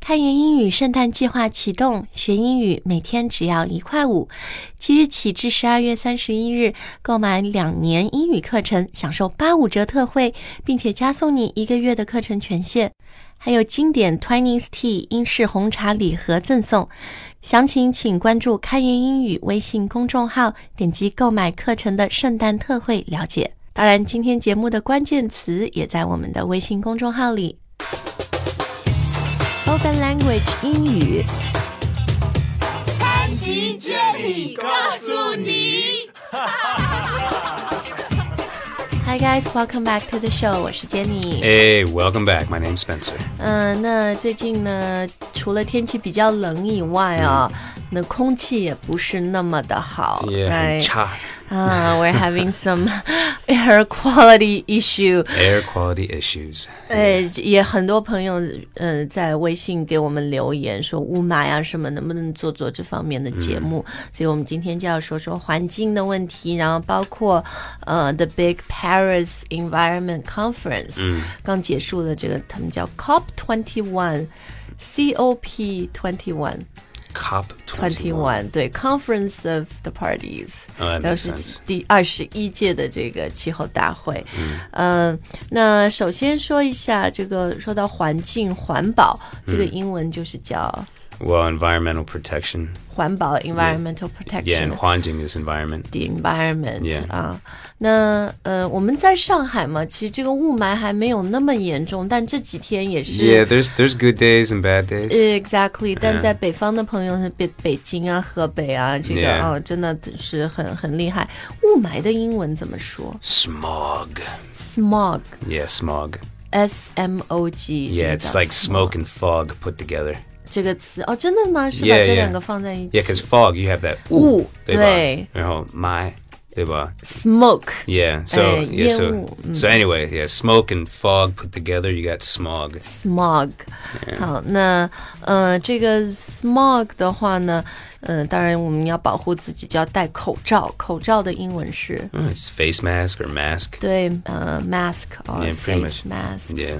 开源英语圣诞计划启动，学英语每天只要一块五。即日起至十二月三十一日，购买两年英语课程，享受八五折特惠，并且加送你一个月的课程权限，还有经典 Twinings Tea 英式红茶礼盒赠送。详情请关注“开源英语”微信公众号，点击购买课程的圣诞特惠了解。当然，今天节目的关键词也在我们的微信公众号里。Open Language 英语。班级接力告诉你。 Hi guys, welcome back to the show。我是 Jenny。 Hey, welcome back. My name's Spencer. 嗯、那最近呢，除了天气比较冷以外啊，那空气也不是那么的好。 Yeah, right? cha. 啊、w e r e having some air quality issue。 Air quality issues. 呃，也很多朋友呃在微信给我们留言说雾霾啊什么，能不能做做这方面的节目？所以我们今天就要说说环境的问题，然后包括呃 The Big Paris Environment Conference，、刚结束的这个他们叫 COP twenty one，COP twenty one。 Cop Twenty One，对，Conference of the Parties， Oh, 然 that 后 makes 是 sense. 第二十一届的这个气候大会。嗯、那首先说一下这个，说到环境环保，这个英文就是叫 Well, environmental protection. 环保 （environmental 嗯 Yeah, protection）。 and Huanjing is environment. The environment Yeah. 啊，那呃，我们在上海嘛，其实这个雾霾还没有那么严重，但这几天也是呃 Yeah, there's there's good days and bad days. Exactly，但在北方的朋友，北北京啊、河北啊，这个 Yeah. 哦，真的是很很厉害。雾霾的英文怎么说 Smog. ？Smog，S Yeah, smog. M O G。 Yeah, 这个 it's 叫 like smoke smog and fog put together. 这个词哦，真的吗？是把 Yeah, 这 yeah. 两个放在一 Yeah, because 起 fog, you have that 雾，对。Oh, 然后my ？Smoke， Yeah, so Eh, yeah, so 烟雾，嗯。 so anyway, yeah, smoke and fog put together, you got smog. smog。好，那呃，这个 smog 的话呢，呃，当然我们要保护自己，就要戴口罩。口罩的英文是 Oh, it's face mask or mask. 对，呃，mask or Yeah, pretty face mask。 Yeah.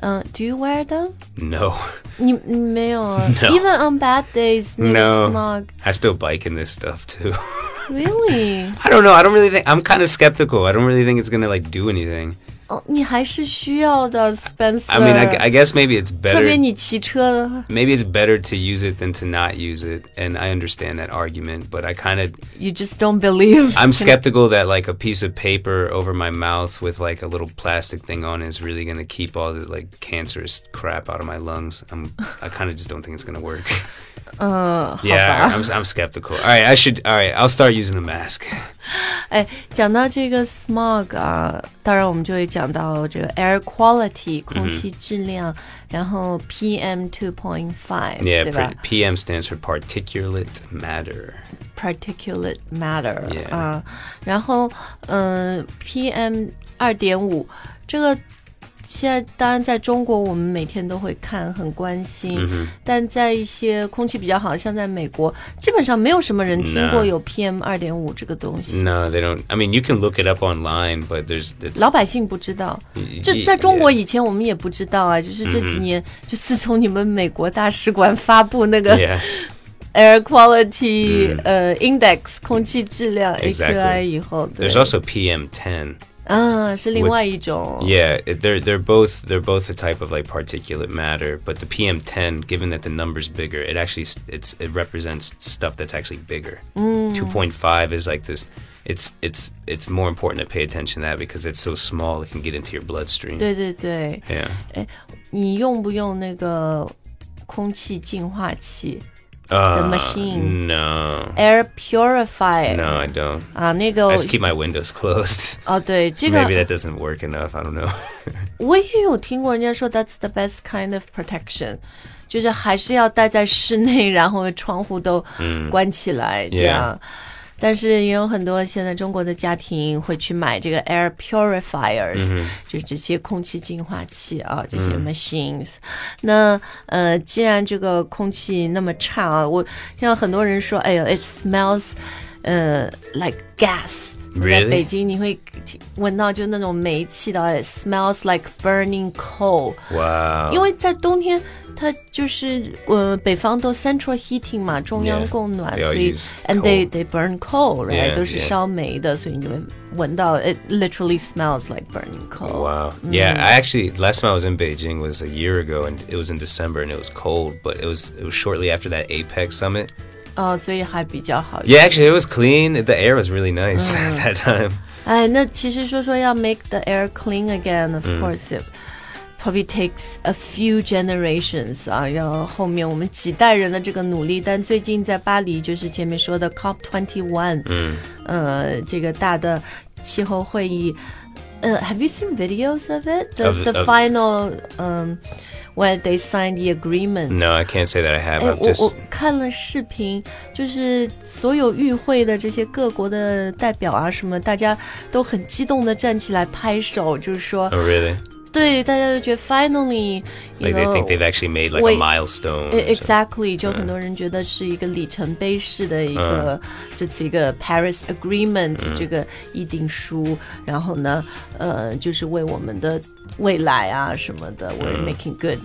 嗯、d o you wear them？ No. 你你没有啊 No ？Even on bad days，那个 No. smog I still bike in this stuff too. really？ I don't know. I don't really think. I'm kind of skeptical. I don't really think it's gonna like do anything. 哦、你还是需要的，Spencer。 I mean, I, gu- I guess maybe it's 特别 better. 你骑车 Maybe it's better to use it than to not use it. And I understand that argument, but I kind of ，you just don't believe。 I'm skeptical that like a piece of paper over my mouth with like a little plastic thing on it is really gonna keep all the like cancerous crap out of my lungs. I'm I kind of just don't think it's gonna work. 嗯，好 Yeah, 吧。 I'm, I'm skeptical. All right, I should. All right, I'll start using the mask. 哎，讲到这个 smog 啊，当然我们就会讲到这个 air quality 嗯空气质量，然后 PM two point five，对 Yeah, 吧 pr- PM stands for particulate matter. ？particulate matter Yeah 啊，然后嗯、PM 二点五这个。现在当然，在中国我们每天都会看，很关心。嗯但在一些空气比较好，像在美国，基本上没有什么人听过 No 有 PM 二点五这个东西。 No, they don't. I mean, you can look it up online, but there's it's 老百姓不知道，这在中国以前我们也不知道啊。就是这嗯几年，就自从你们美国大使馆发布那个 yeah, 嗯 air quality 呃 index 空气质量 Exactly AQI 以后，对 there's also PM10. 啊是另外一种 Yeah, it, they're they're both they're both a type of like particulate matter, but the PM10, given that the number's bigger, it actually s- it's it represents stuff that's actually bigger. 2.5 is like this. It's it's it's more important to pay attention to that because it's so small it can get into your bloodstream. 对对对， Yeah. 你用不用那个空气净化器 Uh, machine. No, air purifier？ no, I don't. 啊，那个 I just keep my windows closed. 哦，对，这个 Maybe that doesn't work enough. I don't know. 我也有听过人家说 that's the best kind of protection，就是还是要待在室内，然后窗户都关起来、这样。但是也有很多现在中国的家庭会去买这个 air purifiers，、就是这些空气净化器啊，这些 machines。那呃，既然这个空气那么差啊，我听到很多人说，哎呀，it smells，呃，like gas。在 Really？北京你会闻到就那种煤气的，it smells like burning coal。 Wow. 因为在冬天，它就是呃北方都 central heating 嘛，中央 Yeah, 供暖 they all 所以 use and they coal. they burn coal right Yeah, 都是 yeah. 烧煤的，所以你会闻到 it literally smells like burning coal。 Wow. Yeah, I actually last time I was in Beijing was a year ago, and it was in December, and it was cold, but it was it was shortly after that APEC summit. 哦，所以还比较好一点。 Yeah, actually, it was clean. The air was really nice at that time. 哎，那其实说说要 make the air clean again, of course it probably takes a few generations 啊，要后面我们几代人的这个努力。但最近在巴黎，就是前面说的 COP 21，嗯，呃，这个大的气候会议。呃、h a v e you seen videos of it? The Of- the of- final, um, when they signed the agreement. No, I can't say that I have. 哎， I've 我 just 我看了视频，就是所有与会的这些各国的代表啊，什么，大家都很激动的站起来拍手，就是说， oh really? 对，大家都觉得 finally，you Like they know think they've actually made like wait, a milestone. or e- something. exactly，就嗯很多人觉得是一个里程碑式的一个、这次一个 Paris Agreement、这嗯个议定书，然后呢，呃，就是为我们的未来啊什么嗯的，we're making good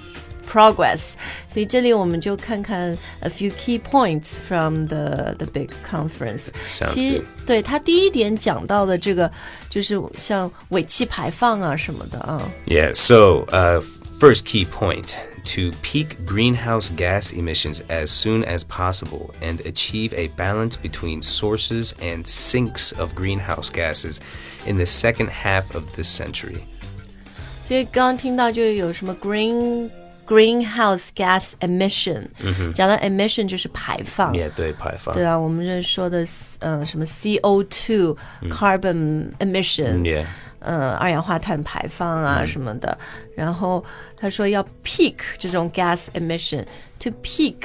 progress。所以这里我们就看看 a few key points from the the big conference。 Sounds 其实 good. 对他第一点讲到的这个，就是像尾气排放啊什么的啊。 Yeah, so uh, first key point to peak greenhouse gas emissions as soon as possible and achieve a balance between sources and sinks of greenhouse gases in the second half of this century. 所以刚刚听到就有什么 green greenhouse gas emission，、讲到 emission 就是排放。对啊，我们这说的呃什么 CO2、carbon emission，、 Yeah. 呃二氧化碳排放啊什么的。然后他说要 peak 这种 gas emission，to peak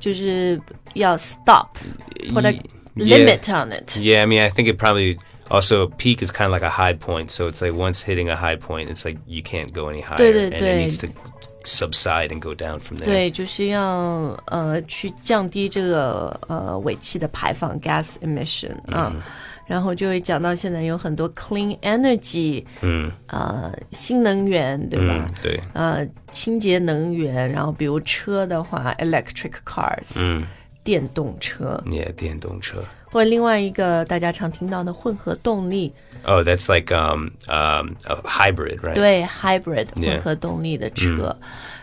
就是要 stop，put a yeah. limit on it。 Yeah, I mean, I think it probably also peak is kind of like a high point. So it's like once hitting a high point, it's like you can't go any higher, and it 对。 needs to subside and go down from there. 对，就是要呃去降低这个呃尾气的排放 gas emission 啊。然后就会讲到现在有很多 clean energy，嗯，呃，新能源对吧？对。呃，清洁能源，然后比如车的话，electric cars，嗯，电动车， Yeah, 电动车。或者另外一个大家常听到的混合动力， Oh, that's like um, um, a hybrid, right? 对嗯 hybrid 混 Yeah 合动力的车。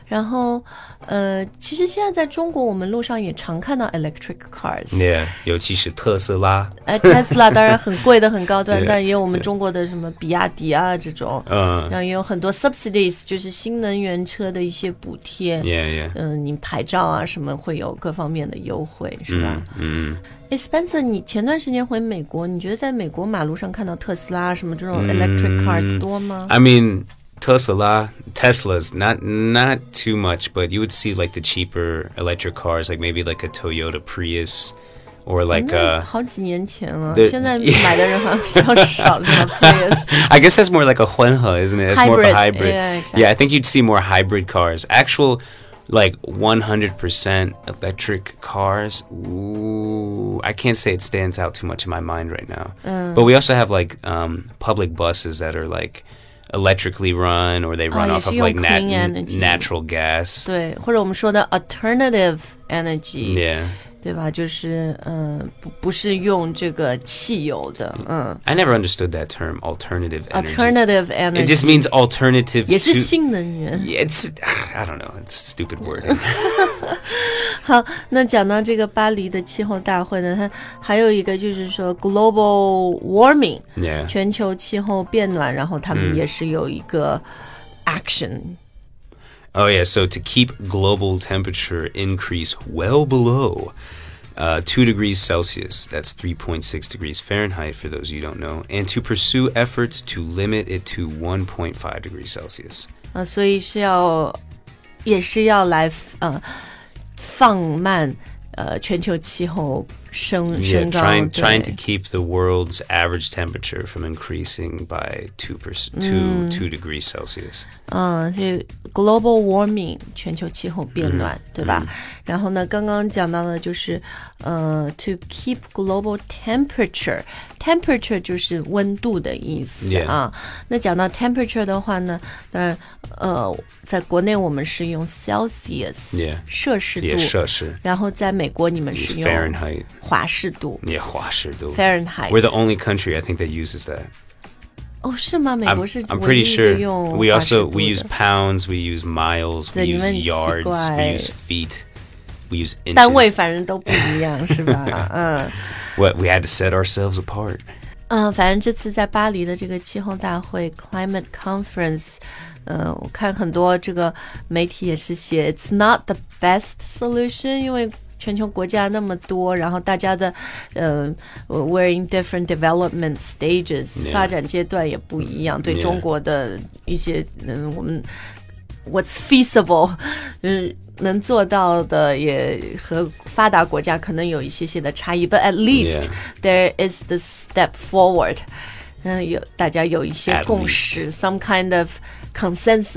然后，呃，其实现在在中国，我们路上也常看到 electric cars， Yeah, 尤其是特斯拉。哎，Tesla 当然很贵的、很高端，对但也有我们中国的什么比亚迪啊这种，嗯然后也有很多 subsidies，就是新能源车的一些补贴。 Yeah, yeah. 嗯，你牌照啊什么会有各方面的优惠，是吧？嗯。哎，Spencer，你前段时间回美国，你觉得在美国马路上看到特斯拉什么这种嗯 electric cars 多吗？ I mean, Tesla, Teslas, not not too much, but you would see like the cheaper electric cars, like maybe like a Toyota Prius, or like 那 uh 好几年前了，对现在买的人好像比较少 了，Prius。 I guess that's more like a Juanjo, isn't it? It's more of a Hybrid. hybrid. Yeah, exactly. I think you'd see more hybrid cars. Actual, like 100% electric cars. Ooh, I can't say it stands out too much in my mind right now. Uh. But we also have like um, public buses that are like electrically run or they run Oh, yeah, off so of you like don't nat- clean energy. natural gas. 对，或者我们说的 alternative energy。 Yeah. 对吧？就是嗯、呃不不是用这个汽油的，嗯 I never understood that term, alternative energy. ，alternative It energy just means alternative. 也是 to- 新能源。 Yeah, it's, I don't know, it's stupid wording. 那讲到这个巴黎的气候大会呢，它还有一个就是说 global warming， yeah. 全球气候变暖，然后他们嗯也是有一个 action。 Oh yeah, so to keep global temperature increase well below uh, two degrees Celsius, that's 3.6 degrees Fahrenheit for those you don't know, and to pursue efforts to limit it to 1.5 degrees Celsius. 啊，所以是要，也是要来呃放慢呃全球气候升升 Yeah, 高， trying trying 对 to keep the world's average temperature from increasing by two percent, two two degrees Celsius. 嗯，所以 global warming 全球气候变暖，嗯对吧？然后呢，刚刚讲到的就是，呃，to keep global temperature，temperature 就是温度的意思 Yeah. 啊。那讲到 temperature 的话呢，当然，呃，在国内我们是用 Celsius Yeah. 摄氏度 Yeah, 摄氏.然后在美国你们是用 Fahrenheit. 华氏度 Yeah, 华氏度. Fahrenheit。 We're the only country I think that uses that. 哦，是吗？美 I'm, 国是 I'm 唯 pretty 一一个 sure 用 we 华氏 also 度 we use 的 pounds, we use miles, we 对， use 你们很奇 yards, we 怪。 use feet, we use 单位 inches. 反正都不一样，是 吧？嗯。 What we had to set ourselves apart. 嗯，反正这次在巴黎的这个气候大会 （Climate Conference），呃，我看很多这个媒体也是写 “It's not the best solution”，因为全球国家那么多，然后大家的，呃，we're in different development stages，、 Yeah. 发展阶段也不一样。对 Yeah. 中国的一些，嗯、我们 what's feasible，嗯，能做到的也和发达国家可能有一些些的差异，but at least、 Yeah. there is the step forward。嗯，有大家有一些 At 共识 least. s o m e kind of consensus